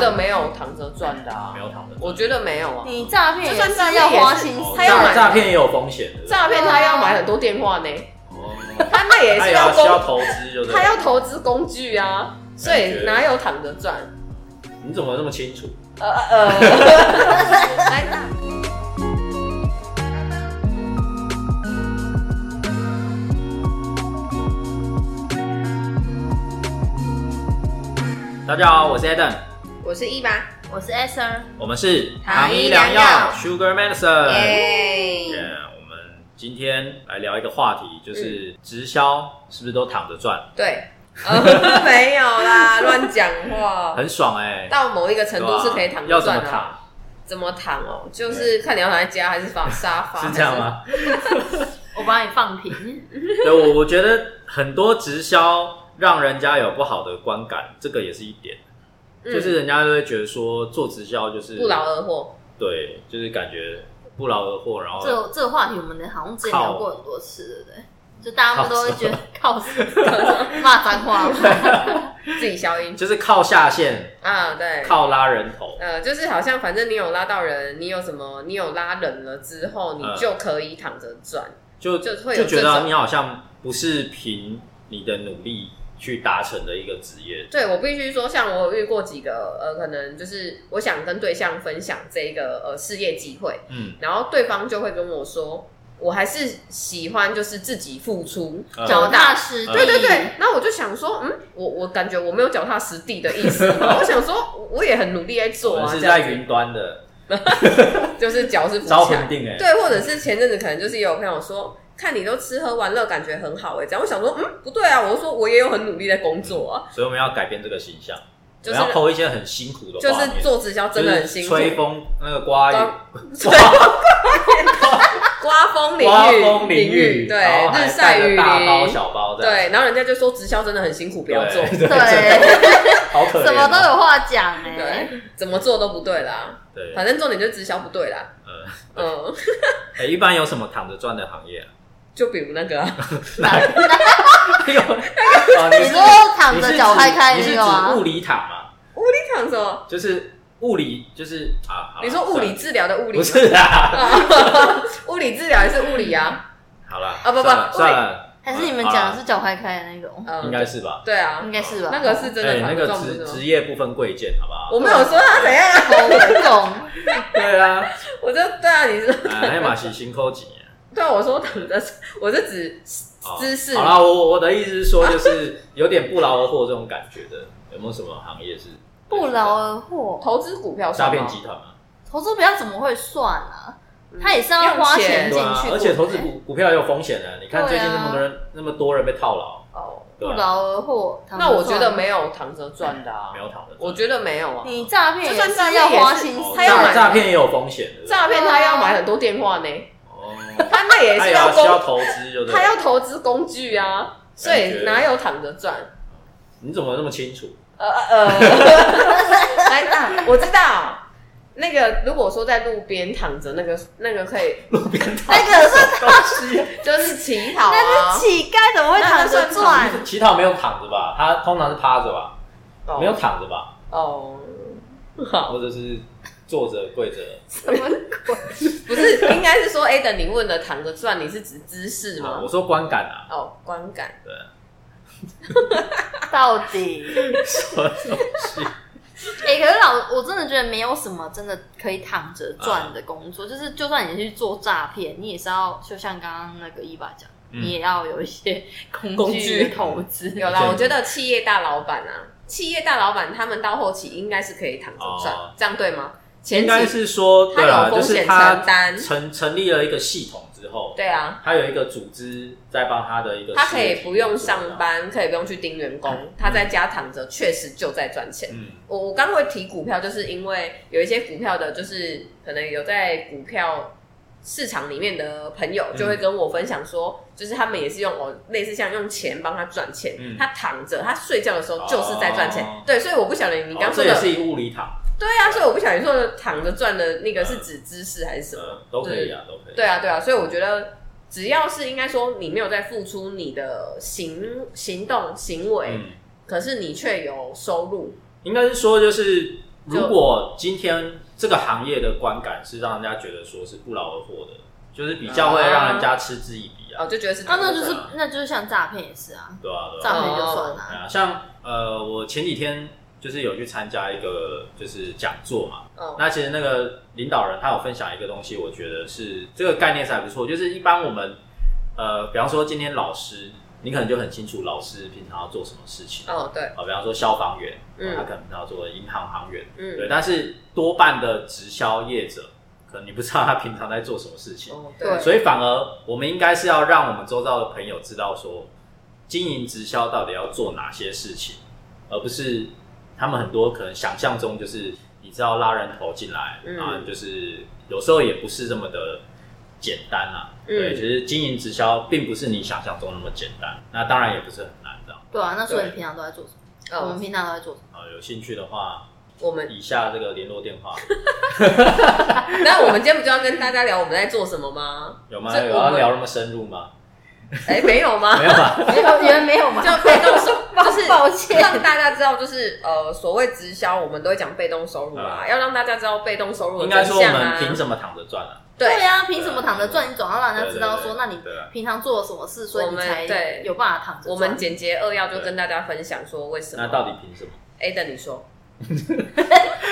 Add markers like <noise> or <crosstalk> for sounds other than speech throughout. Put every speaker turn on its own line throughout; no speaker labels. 得没有躺着赚的啊
没，有躺着赚，
我觉得没有啊。
你诈骗也是要花心思，啊
他要
哦诈
买
诈骗也有风险的，
诈骗他要买很多电话呢，
哦
他那也
他
是
也要需要
工，
投资，就对了。
他要投资工具啊，所
感
以
觉
哪有躺着赚？
你怎么那么清楚？
呃呃，来打。
大家好，我是 Adam，
我是一吧，
我是 S R，
我们是
糖衣良药
Sugar Medicine。
耶，
Yeah，我们今天来聊一个话题，就是
嗯
直销是不是都躺着赚？
<laughs> 对，呃没有 <laughs> 啦，乱讲话。
很爽哎，
到某一个程
对
度
吧
是可以躺
要
着
怎么
赚的啊。
躺？
怎么躺哦？就是看你要躺在家还是放沙发？
<laughs> 是这样吗？
我帮你放平，
对，我我觉得很多直销让人家有不好的观感，这个也是一点，
还？
就是人家都会觉得说做直销就是
嗯嗯不劳而获。
对，就是感觉不劳而获，然后
这个这个话题我们好像之前聊过很多次，对不对？就大家不都会觉得靠死骂脏话吗？
自己消音
就是靠下线，
啊，对，
靠拉人头，
呃，就是好像反正你有拉到人，你有什么，你有拉人了之后，你
嗯
就可以躺着赚。
就
就会有
就觉
这
得
种
你好像不是凭你的努力去达成的一个职业，
对我必须说，像我有遇过几个呃，可能就是我想跟对象分享这个呃事业机会，
嗯，
然后对方就会跟我说，我还是喜欢就是自己付出，
嗯
脚踏实地，
对对对，，那我就想说，嗯，我我感觉我没有脚踏实地的意
<laughs>
思，我想说我我也很努力在做
我
啊，
们是
这样
在
子
云端的
就是脚是浮
招
起
魂
来，
定哎，
对，或者是前阵子可能就是有朋友说，看你都吃喝玩乐，感觉很好哎、这样我想说，嗯，不对啊，我就说我也有很努力在工作啊，
所以我们要改变这个形象，
就
我
是
们要剖一些很辛苦的
就
嗯画面，
是做直销真的很辛苦，
就是吹风那个刮雨， <laughs>
吹刮风淋
刮
雨，
风淋雨，
对，
然后还
日晒
带着
雨
大包
淋，
小包的，
对，然后人家就说直销真的很辛苦，不
对，
要做，
<laughs> 对，
对，
好可怜哦，
什么都有话讲哎，
对，怎么做都不对啦，
对，
反正重点就是直销不对啦，
呃，
嗯，
哎，一般有什么躺着赚的行业啊？
就比如那个
<laughs>
啊
有，哦
你
你
说躺着脚开开
你是
那
指
个吗
物？理躺吗？
你讲什么？
就是物理，就是啊，好啦
你说物理
算了
治疗的物理
不，是啊？
<laughs> 物理治疗也是物理啊，
好了
啊不不
算了
物理
算了，
还是你们
好啦
讲的是脚开开的那种？
嗯，
应该是吧？
对啊
应，该是吧？
那个是真的
哎，
躺
那
着
个
撞不
职
是吗
职业不分贵贱，好不好？
<laughs> 我没有说他怎样，啊
头肿，
对啊，
我就对啊，你是
哎，马西辛苦几年。
对啊，我说躺着，我是指姿势
哦好啦，我我的意思是说，就是有点不劳而获这种感觉的，有没有什么行业是
不劳而获。
投资股票
诈
算吗
骗集团嘛？
投资票怎么会算啊？
嗯
他也是要花钱
用
对
进
啊
去，，
而且投资股股票也有风险的。你看
对
最
啊
近那么多人那么多人被套牢，
哦，
对
不
吧
劳而获。
那我觉得没有躺着赚的啊
没，有躺的，
我觉得没有啊，
你诈骗，
就算诈
是
骗
要
也是
花心思啊
哦，
他要
诈
买
诈骗也有风险的，
诈骗他要买很多电话呢，
<laughs> 哦，
他那也
他
是
也要需要
工，
投资，就对
他
了。
要投资工具啊，所以哪有躺着赚？
你怎么那么清楚？ <laughs>
呃呃，来啊，我知道。那个，如果说在路边躺着，那个那个可以，
路边套
那个是
东西，
就是乞讨
那
啊
是，乞丐，怎么会躺着赚？
乞讨没有躺着吧？他通常是趴着吧，
哦
没有躺着吧，
哦， <laughs> 好，
或者是坐着跪着。
什么鬼？
不是，应该是说 A 等你问的躺着赚，你是指姿势
啊
吗
我？说观感
<laughs>
啊，
哦，观感，
对，
到底？
什么东西？
哎，可是老，我真的觉得没有什么真的可以躺着赚的工作，就是就算你去做诈骗，你也是要，就像刚刚那个伊爸讲，
嗯
你也要有一些工
工
具
具
的投资。
<laughs> 有啦，我觉得企业大老板啊，企业大老板他们到后期应该是可以躺着赚，
哦
这样对吗？前
应该
期
是说，
他
对啊，
有
就
风
是
险
他
承担，
成成立了一个系统之后，
对啊，
他有一个组织在帮他的一个，
他可以不用上，班，可以不用去盯员工，他在家躺着确实就在赚钱。
嗯，
我我刚会提股票，就是因为有一些股票的，就是可能有在股票市场里面的朋友，
嗯
就会跟我分享说，就是他们也是用哦，类似像用钱帮他赚钱，
嗯
他躺着，他睡觉的时候就是在赚钱，
哦
对，所以我不晓得你刚
哦
说
这
的，
也是一物理塔，
对啊，所以我不晓得你说的躺着赚的那个
嗯
是指姿势还是什么，
呃，都可以啊，都可以，
对啊，对啊，所以我觉得。只要是应该说你没有在付出你的行行动行为，
嗯，
可是你却有收入，
应该是说就是
就
如果今天这个行业的观感是让人家觉得说是不劳而获的，就是比较会让人家嗤之以鼻啊，
哦，就觉得是
啊，那就是
对啊
那就是像诈骗也是啊，
对啊，对啊。
诈骗就算
哎
了、
呀，像呃，我前几天就是有去参加一个就是讲座嘛，
哦，
那其实那个领导人他有分享一个东西，我觉得是这个概念是还不错，就是一般我们呃，比方说今天老师，你可能就很清楚老师平常要做什么事情。
哦，对，
啊，比方说消防员，
嗯
他可能要做银行行员，
嗯，
对，但是多半的直销业者，可能你不知道他平常在做什么事情，
哦，
对
所以反而我们应该是要让我们周遭的朋友知道说，经营直销到底要做哪些事情，而不是他们很多可能想象中就是你知道拉人头进来
嗯
啊，就是有时候也不是这么的简单啊。对，
嗯，
其实经营直销并不是你想象中那么简单，那当然也不是很难的。
对啊，那所以
对
你平常都在做什么？我们
哦，
平常都在做什么？
啊，有兴趣的话，
我们，
以下这个联络电话
那我们今天不就要跟大家聊我们在做什么
<laughs>
吗？
有吗？
这
有
我
要
们
聊那么深入吗？
哎，没有吗？
没有
<laughs>
吧？
没有，你们没有吗？
就被
<laughs>
动收，就是
抱歉
让大家知道，就是呃，所谓直销，我们都会讲被动收入啊，要让大家知道被动收入
应
的
该
真
说我
相
们
啊。
凭什么躺着赚啊？
对
对呀、啊，凭什么躺着赚？你总要让人家知道
对对
说，
对
那你
对啊
平常做了什么事，所以
我
你
们
才
对
有办法躺着赚。
我们简洁扼要就跟大家分享说为什么。
那到底凭什么？
a d 你说，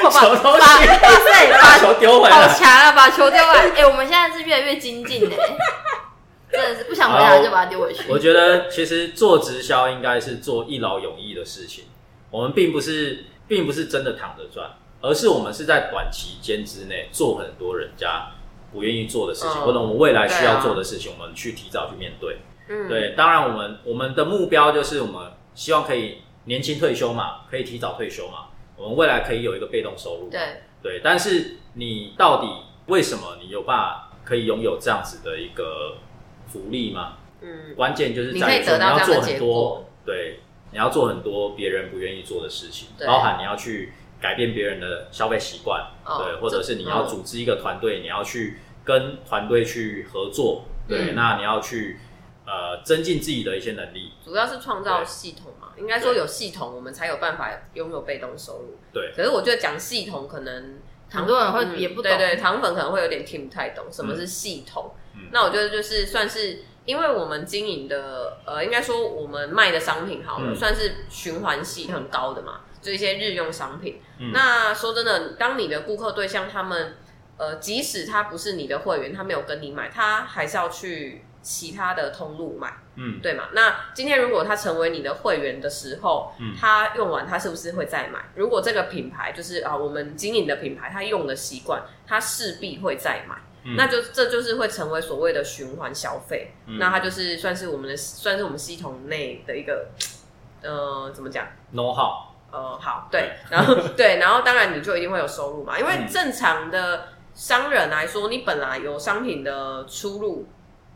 把
什么东
把
西
哇塞，
<laughs> 把
<laughs>
把
球丢回
好
来。
强啊！把球丢回来。哎、我们现在是越来越精进哎、
<laughs>
真的是不想回
好
答就把它丢回去。
我觉得其实做直销应该是做一劳永逸的事情，我们并不是并不是真的躺着赚，而是我们是在短期间之内做很多人家不愿意做的事情，
嗯
或者我们未来需
对
要
啊
做的事情，我们去提早去面对。
嗯，
对，当然我们我们的目标就是我们希望可以年轻退休嘛，可以提早退休嘛，我们未来可以有一个被动收入嘛。
对，
对，但是你到底为什么你有办法可以拥有这样子的一个福利吗？
嗯，
关键就是
你可
在于
以
说
得
你
到
要
这
做
样的
很
结
多
果，
对，你要做很多别人不愿意做的事情，
对
包含你要去改变别人的消费习惯，
哦
对，或者是你
这
要
嗯
组织一个团队，你要去跟团队去合作，对，
嗯
那你要去呃增进自己的一些能力，
主要是创造系统嘛，应该说有系统，我们才有办法拥有被动收入。
对
可是我觉得讲系统可能。
很多人会
嗯
也不懂
对对，糖粉可能会有点听不太懂什么是系统。
嗯
那我觉得就是算是，因为我们经营的呃，应该说我们卖的商品好了，
嗯
算是循环系很高的嘛，就一些日用商品。
嗯
那说真的，当你的顾客对象他们呃，即使他不是你的会员，他没有跟你买，他还是要去其他的通路买，
嗯，
对吗？那今天如果他成为你的会员的时候，
嗯
他用完他是不是会再买？如果这个品牌就是啊、我们经营的品牌，他用的习惯，他势必会再买。
嗯
那就这就是会成为所谓的循环消费，
嗯
那它就是算是我们的算是我们系统内的一个，呃，怎么讲？
no how，
呃，好，对，然后对，然后当然你就一定会有收入嘛，因为
嗯
正常的商人来说，你本来有商品的出入，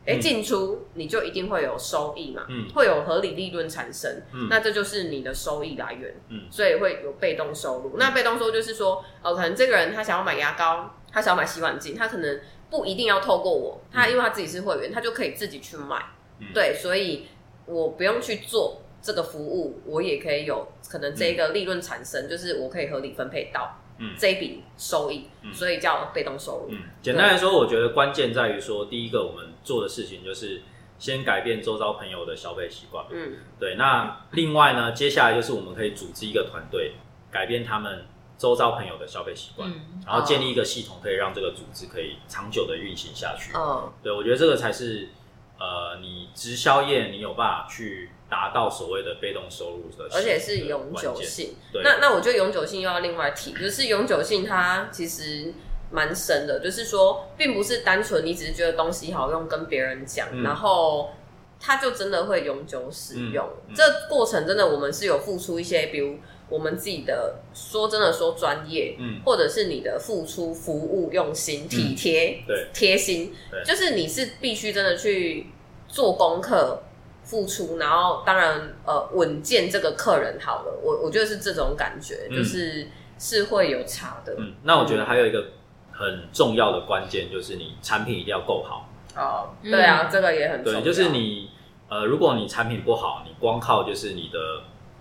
哎、
嗯
进出，你就一定会有收益嘛，
嗯
会有合理利润产生，
嗯
那这就是你的收益来源，
嗯
所以会有被动收入。那被动收入就是说，呃，可能这个人他想要买牙膏，他想要买洗碗巾，他可能不一定要透过我，他
嗯
因为他自己是会员，他就可以自己去买，
嗯
对，所以我不用去做这个服务，我也可以有可能这个利润产生，就是我可以合理分配到
嗯
这一笔收益，
嗯
所以叫被动收入。
嗯，简单来说，我觉得关键在于说，第一个我们做的事情就是先改变周遭朋友的消费习惯。
嗯
对，那另外呢，接下来就是我们可以组织一个团队，改变他们周遭朋友的消费习惯，
嗯，
然后建立一个系统，可以让这个组织可以长久的运行下去。
嗯
对，我觉得这个才是呃，你直销业你有办法去达到所谓的被动收入的，
而且是永久
关键。
性。
对，
那那我觉得永久性又要另外提，就是永久性它其实蛮深的，就是说，并不是单纯你只是觉得东西好用跟别人讲，
嗯
然后它就真的会永久使用。
嗯嗯
这过程真的我们是有付出一些，比如我们自己的说真的说专业，
嗯，
或者是你的付出、服务、用心、体贴、
嗯对
贴心
对，
就是你是必须真的去做功课、付出，然后当然呃稳健这个客人好了，我我觉得是这种感觉，
嗯
就是是会有差的
嗯，那我觉得还有一个很重要的关键就是你产品一定要够好。
哦。对啊，
嗯
这个也很重
对，
要
就是你呃，如果你产品不好，你光靠就是你的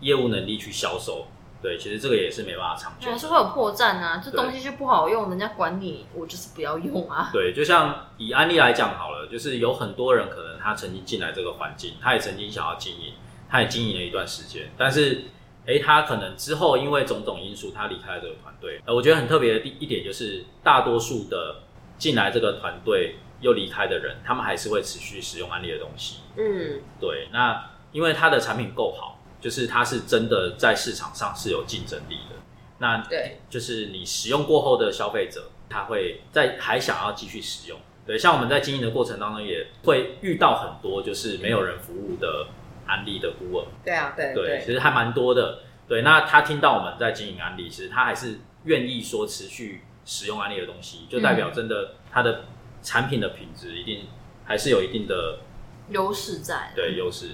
业务能力去销售，对，其实这个也是没办法长久
还是
的。
会有破绽啊，这
对
东西就不好用，人家管你，我就是不要用啊。
对，就像以案例来讲好了，就是有很多人可能他曾经进来这个环境，他也曾经想要经营，他也经营了一段时间，但是，诶，他可能之后因为种种因素，他离开了这个团队。呃，我觉得很特别的一一点就是，大多数的进来这个团队又离开的人，他们还是会持续使用案例的东西。
嗯，
对，那因为它的产品够好，就是它是真的在市场上是有竞争力的。那
对，
就是你使用过后的消费者，他会在还想要继续使用。对，像我们在经营的过程当中，也会遇到很多就是没有人服务的案例的孤儿。
对啊，对
对，其实还蛮多的。对，那他听到我们在经营案例，其实他还是愿意说持续使用案例的东西，就代表真的他的产品的品质一定还是有一定的
优势在，
对优势。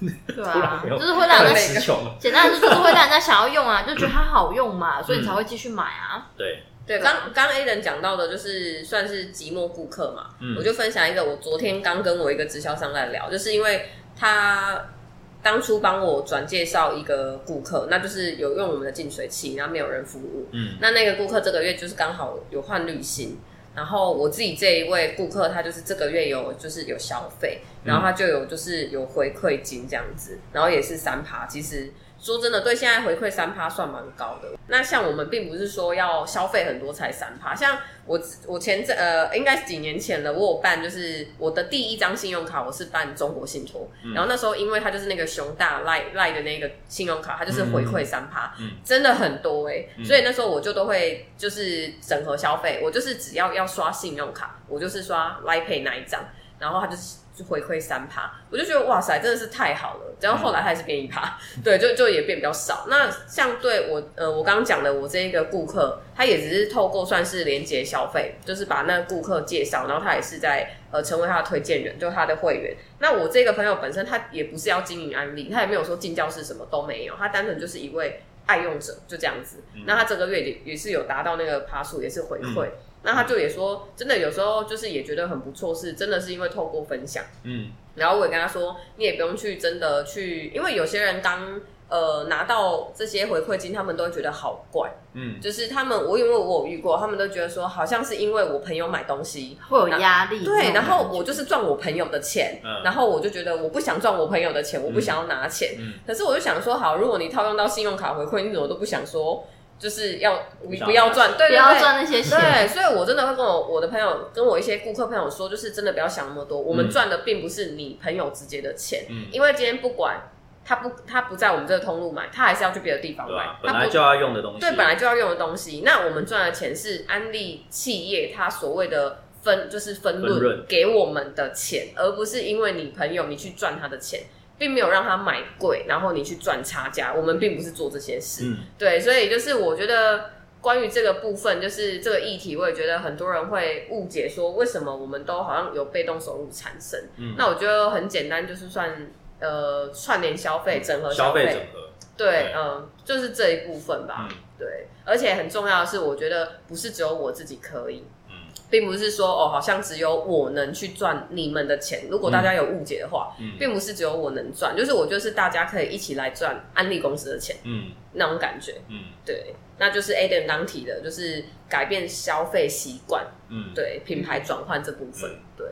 对
突然
啊，
没有
就是会让人
对
家
词穷了。
简单来说就是会让人家想要用啊，就觉得它好用嘛，所以你
嗯
才会继续买啊。
对，
对，刚刚 A 人讲到的，就是算是寂寞顾客嘛，
嗯
我就分享一个，我昨天刚跟我一个直销商在聊，就是因为他当初帮我转介绍一个顾客，那就是有用我们的净水器，然后没有人服务，
嗯
那那个顾客这个月就是刚好有换滤芯，然后我自己这一位顾客他就是这个月有就是有消费，然后他就有就是有回馈金这样子，然后也是三趴，其实。说真的，对现在回馈三趴算蛮高的。那像我们并不是说要消费很多才三趴，像我我前阵呃，应该是几年前了，我有办就是我的第一张信用卡，我是办中国信托，
嗯
然后那时候因为它就是那个熊大赖赖的那个信用卡，它就是回馈三趴，
嗯
真的很多哎、
嗯
所以那时候我就都会就是整合消费，我就是只要要刷信用卡，我就是刷 Line Pay 那一张，然后它就是就回馈三趴，我就觉得哇塞，真的是太好了。然后后来它还是变一趴，
嗯
对，就就也变比较少。那像对我呃，我刚刚讲的我这一个顾客，他也只是透过算是连接消费，就是把那个顾客介绍，然后他也是在呃成为他的推荐人，就是他的会员。那我这个朋友本身他也不是要经营安利，他也没有说进教室什么都没有，他单纯就是一位爱用者就这样子。
嗯
那他这个月也也是有达到那个爬数，也是回馈。那他就也说，真的有时候就是也觉得很不错，是真的是因为透过分享。
嗯
然后我也跟他说，你也不用去真的去，因为有些人刚呃拿到这些回馈金，他们都会觉得好怪，
嗯，
就是他们我因为我有遇过，他们都觉得说好像是因为我朋友买东西。
会有压力。嗯
对，然后我就是赚我朋友的钱，
嗯
然后我就觉得我不想赚我朋友的钱，我不想要拿钱。
嗯
可是我就想说，好，如果你套用到信用卡回馈，你怎么都不想说，就是要你
想
不要赚，对
不
对
要
对，
赚那些钱，
对，所以我真的会跟我我的朋友，跟我一些顾客朋友说，就是真的不要想那么多，我们
嗯
赚的并不是你朋友直接的钱，
嗯，
因为今天不管他不他不在我们这个通路买，他还是要去别的地方
对
买，
吧？
他
本
不
来就要用的东西，
对本来就要用的东西。那我们赚的钱是安利企业它所谓的分，就是分
分
论
润
给我们的钱，而不是因为你朋友你去赚他的钱，并没有让他买贵，然后你去赚差价。我们并不是做这些事。
嗯
对，所以就是我觉得关于这个部分，就是这个议题，我也觉得很多人会误解说，为什么我们都好像有被动收入产生？
嗯，
那我觉得很简单，就是算呃串联消费、整合
消
费，啊
费整合，
对
对，
嗯、就是这一部分吧。
嗯
对，而且很重要的是，我觉得不是只有我自己可以。
嗯
并不是说哦，好像只有我能去赚你们的钱。如果大家有误解的话，
嗯
并不是只有我能赚，就是我就是大家可以一起来赚安利公司的钱
嗯
那种感觉。
嗯
对，那就是 Aden 刚提的，就是改变消费习惯，
嗯，。
对品牌转换这部分，对，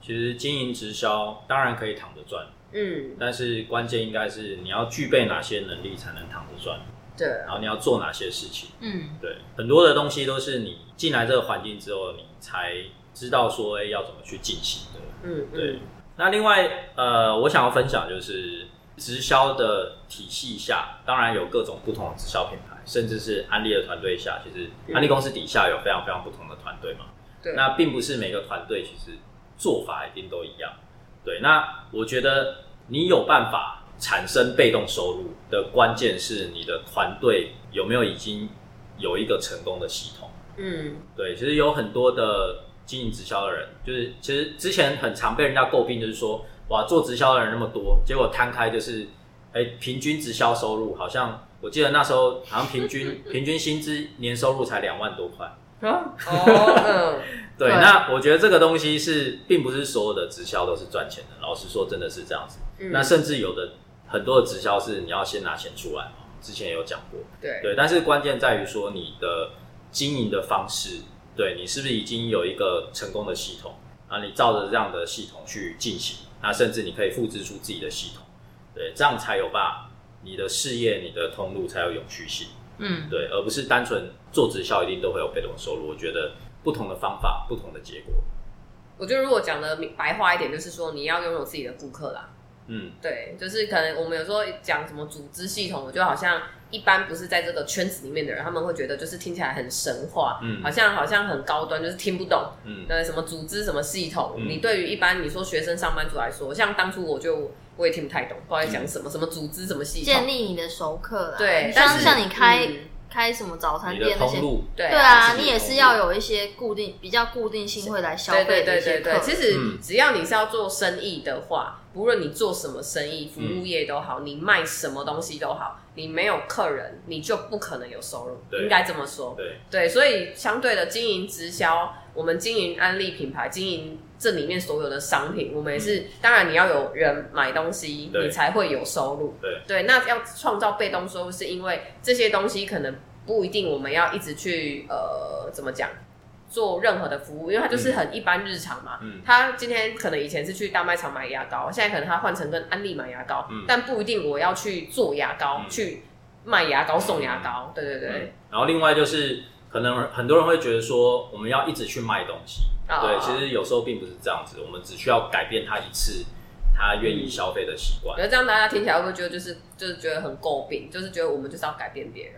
其实经营直销当然可以躺着赚，
嗯，
但是关键应该是你要具备哪些能力才能躺着赚，
对啊，
然后你要做哪些事情。
嗯，
对，很多的东西都是你进来这个环境之后，你才知道说，哎、要怎么去进行的。
嗯
对
嗯，
那另外，呃，我想要分享就是直销的体系下，当然有各种不同的直销品牌，甚至是安利的团队下，其实安利公司底下有非常非常不同的团队嘛。
对
那并不是每个团队其实做法一定都一样。对，那我觉得你有办法产生被动收入的关键是你的团队有没有已经有一个成功的系统。
嗯，
对，其实有很多的经营直销的人，就是其实之前很常被人家诟病，就是说哇，做直销的人那么多，结果摊开就是，哎、平均直销收入好像我记得那时候好像平均平均薪资年收入才两万多块。
啊，哦，嗯，
对，
对
那我觉得这个东西是，并不是所有的直销都是赚 <laughs> 钱的。老实说，真的是这样子。
嗯
那甚至有的很多的直销是你要先拿钱出来嘛，之前有讲过，
对
对，但是关键在于说你的经营的方式，对你是不是已经有一个成功的系统啊？你照着这样的系统去进行，那甚至你可以复制出自己的系统，对，这样才有把你的事业、你的通路才有永续性，
嗯，
对，而不是单纯做直销一定都会有被动收入。我觉得不同的方法、不同的结果，
我觉得如果讲的白话一点，就是说你要拥有自己的顾客啦。
嗯，
对，就是可能我们有时候讲什么组织系统，我就好像一般不是在这个圈子里面的人，他们会觉得就是听起来很神话，
嗯
好像好像很高端，就是听不懂。
嗯
呃，什么组织什么系统，
嗯
你对于一般你说学生上班族来说，像当初我就我也听不太懂，不知道在讲什
嗯
么，什么组织什么系
建
统，
立你的熟客啦。
对但
像
是
像你开
嗯
开什么早餐
你
店
的
那
通
些，
路，
对
对啊，
自己
你
的
也
通
是
路
要有一些固定、比较固定性会来消
对
费
对
的一
对
些
对
客
对，
人。
其实
嗯
只要你是要做生意的话，不论你做什么生意，服
嗯
务业都好，你卖什么东西都好，你没有客人，你就不可能有收入，
对
应该这么说。
对，
对，所以相对的经营直销，我们经营安利品牌，经营这里面所有的商品，我们也是，当然你要有人买东西，
嗯对
你才会有收入。
对
那要创造被动收入，是因为这些东西可能不一定我们要一直去呃怎么讲做任何的服务，因为它就是很一般日常嘛。
嗯
他今天可能以前是去大卖场买牙膏，现在可能他换成跟安利买牙膏，
嗯
但不一定我要去做牙膏、
嗯
去卖牙膏、送牙膏。对对对。
嗯。然后另外就是，可能很多人会觉得说，我们要一直去卖东西，
啊
对，其实有时候并不是这样子，我们只需要改变他一次，他愿意消费的习惯
可。是这样大家听起来会不会觉得就是就是觉得很诟病，就是觉得我们就是要改变别人，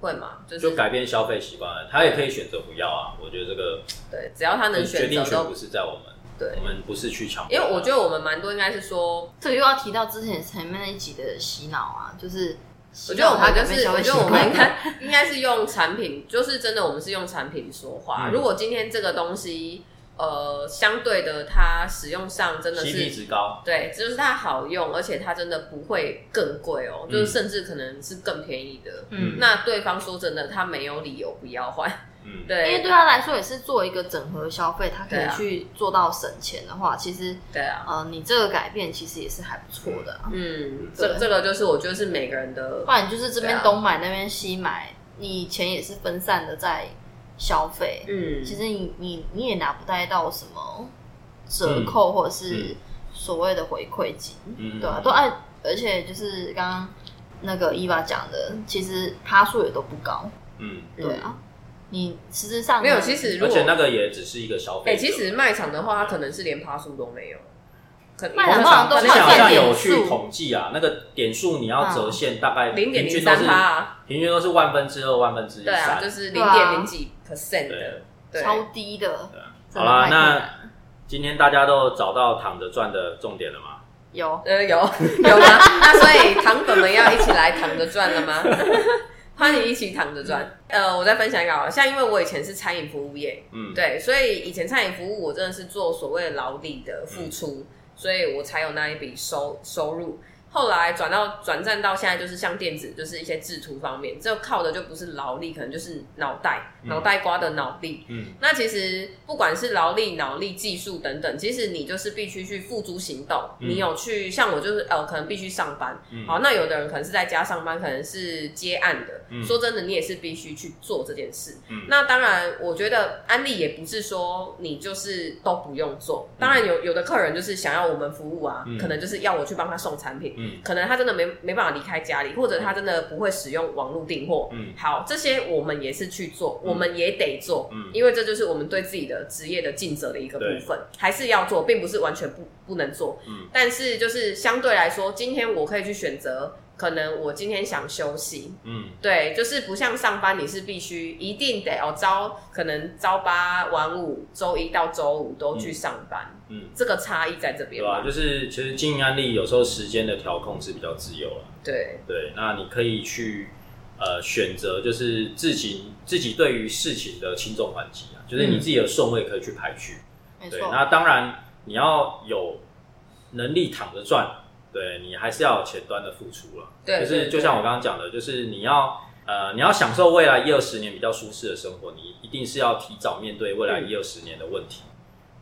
会吗？就是
就改变消费习惯了，他也可以选择不要啊。我觉得这个
对，只要他能
决
选
定
择
权
都
不是在我们，
对
我，们不是去强迫他。
因为我觉得我们蛮多应该是说，
这个又要提到之前前面那一集的洗脑啊，就是洗
我觉得
脑
我们
改
就
变
是
消
我
费习
觉
惯
得我们应该应该是用产品，就是真的我们是用产品说话。
嗯
如果今天这个东西呃相对的它使用上真的
CP
是。
值高，
对，就是它好用，而且它真的不会更贵哦，
嗯
就是甚至可能是更便宜的。
嗯，
那对方说真的，他没有理由不要换。
嗯，
对，
因为对他来说也是做一个整合消费，他可
对
以
啊
去做到省钱的话，其实
对啊，
呃，你这个改变其实也是还不错的啊、
嗯，
对
这这个就是我觉得是每个人的
不，然就是这
对
边
啊
东买那边西买，你钱也是分散的在消费，
嗯，
其实你你你也拿不带到什么折扣或者是所谓的回馈金，
嗯，
对啊，都按，而且就是刚刚那个伊娃讲的，其实趴数也都不高，
嗯，
对啊，你实质上
没有。其实
而
如果
且那个也只是一个消
哎、
费者。
其实卖场的话，它可能是连爬树都没有，可
卖场
我们
通常都
之前
换
好
算
像
点
有
数
去统计啊，那个点数你要折现，大概
啊零点
平
零
均都
三
是
趴啊，
平均都是万分之二、万分之一
对啊，
三
就。是
对
零
啊
点零几 percent 的
对，
对，啊
超低的，
好啦，
真的太困
那
难了
今天大家都找到躺着赚的重点了吗？
有
呃有有吗？ <laughs> 那所以糖粉们要一起来躺着赚了吗？ <laughs> 欢迎一起躺着赚。呃，我再分享一个好了，像因为我以前是餐饮服务业，
嗯，，
对，所以以前餐饮服务我真的是做所谓的劳力的
嗯
付出，所以我才有那一笔收收入。后来转到转战到现在，就是像电子，就是一些制图方面，这靠的就不是劳力，可能就是脑袋，
嗯
脑袋瓜的脑力。
嗯
那其实不管是劳力、脑力、技术等等，其实你就是必须去付诸行动。
嗯
你有去像我就是呃，可能必须上班，
嗯，
好，那有的人可能是在家上班，可能是接案的。
嗯
说真的，你也是必须去做这件事。
嗯
那当然，我觉得安利也不是说你就是都不用做。当然有有的客人就是想要我们服务啊，
嗯
可能就是要我去帮他送产品，
嗯
可能他真的没没办法离开家里，或者他真的不会使用网络订货。
嗯
好，这些我们也是去做，
嗯
我们也得做，
嗯
因为这就是我们对自己的职业的尽责的一个部
对
分，还是要做，并不是完全不不能做。
嗯
但是就是相对来说，今天我可以去选择，可能我今天想休息，
嗯
对，就是不像上班你是必须一定得哦，朝可能朝八晚五，周一到周五都去上班，
嗯，
这个差异在这边
对吧、
吧？
就是其实经营案例有时候时间的调控是比较自由了。
对，
对，啊那你可以去呃选择，就是自己自己对于事情的轻重缓急啊，就是你自己的顺位可以去排序。
没
对，
错，
那当然你要有能力躺着赚，对你还是要有前端的付出了。
对
就是
对
就像我刚刚讲的，就是你要呃你要享受未来一二十年比较舒适的生活，你一定是要提早面对未来
嗯
一二十年的问题。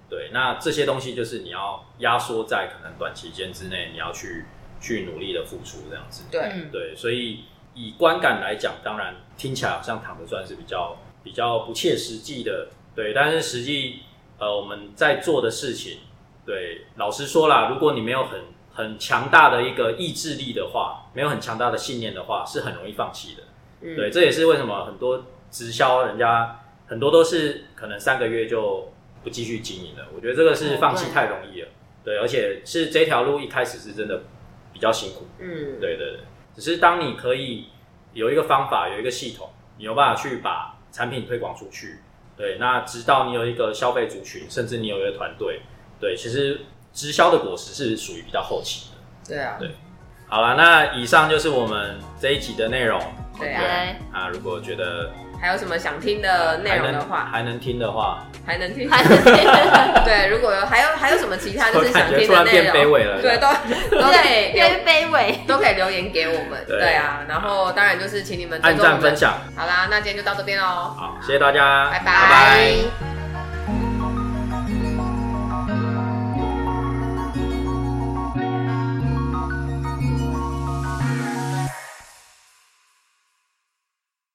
对，那这些东西就是你要压缩在可能短期间之内，你要去去努力的付出这样子。
对，
嗯，
对，所以以观感来讲，当然听起来好像躺着赚是比较比较不切实际的，对。但是实际呃我们在做的事情，对，老实说啦，如果你没有很很强大的一个意志力的话，没有很强大的信念的话，是很容易放弃的。
嗯
对，，这也是为什么很多直销人家很多都是可能三个月就不继续经营了。我觉得这个是放弃太容易了，对，而且是这条路一开始是真的比较辛苦。
嗯，
对对对，只是当你可以有一个方法，有一个系统，你有办法去把产品推广出去，对，那直到你有一个消费族群，甚至你有一个团队，对，其实直销的果实是属于比较后期的。
对啊，
对好了，那以上就是我们这一集的内容。
对啊。
对，
啊，如果觉得
还有什么想听的内容的话，
还能还能听的话，
还能听。
还是
<laughs> 对，如果有还有还有什么其他就
我
是
感
想
觉
听
突
的
然
内
变卑
容，
微了。
对，，都都可以
越来
留
越卑微。
都可以留言给我们。
对
对啊，然后当然就是请你们追
按
踪我
赞分
们。
享，
好啦，那今天就到这边喽。
好，谢谢大家，
拜拜
拜拜
拜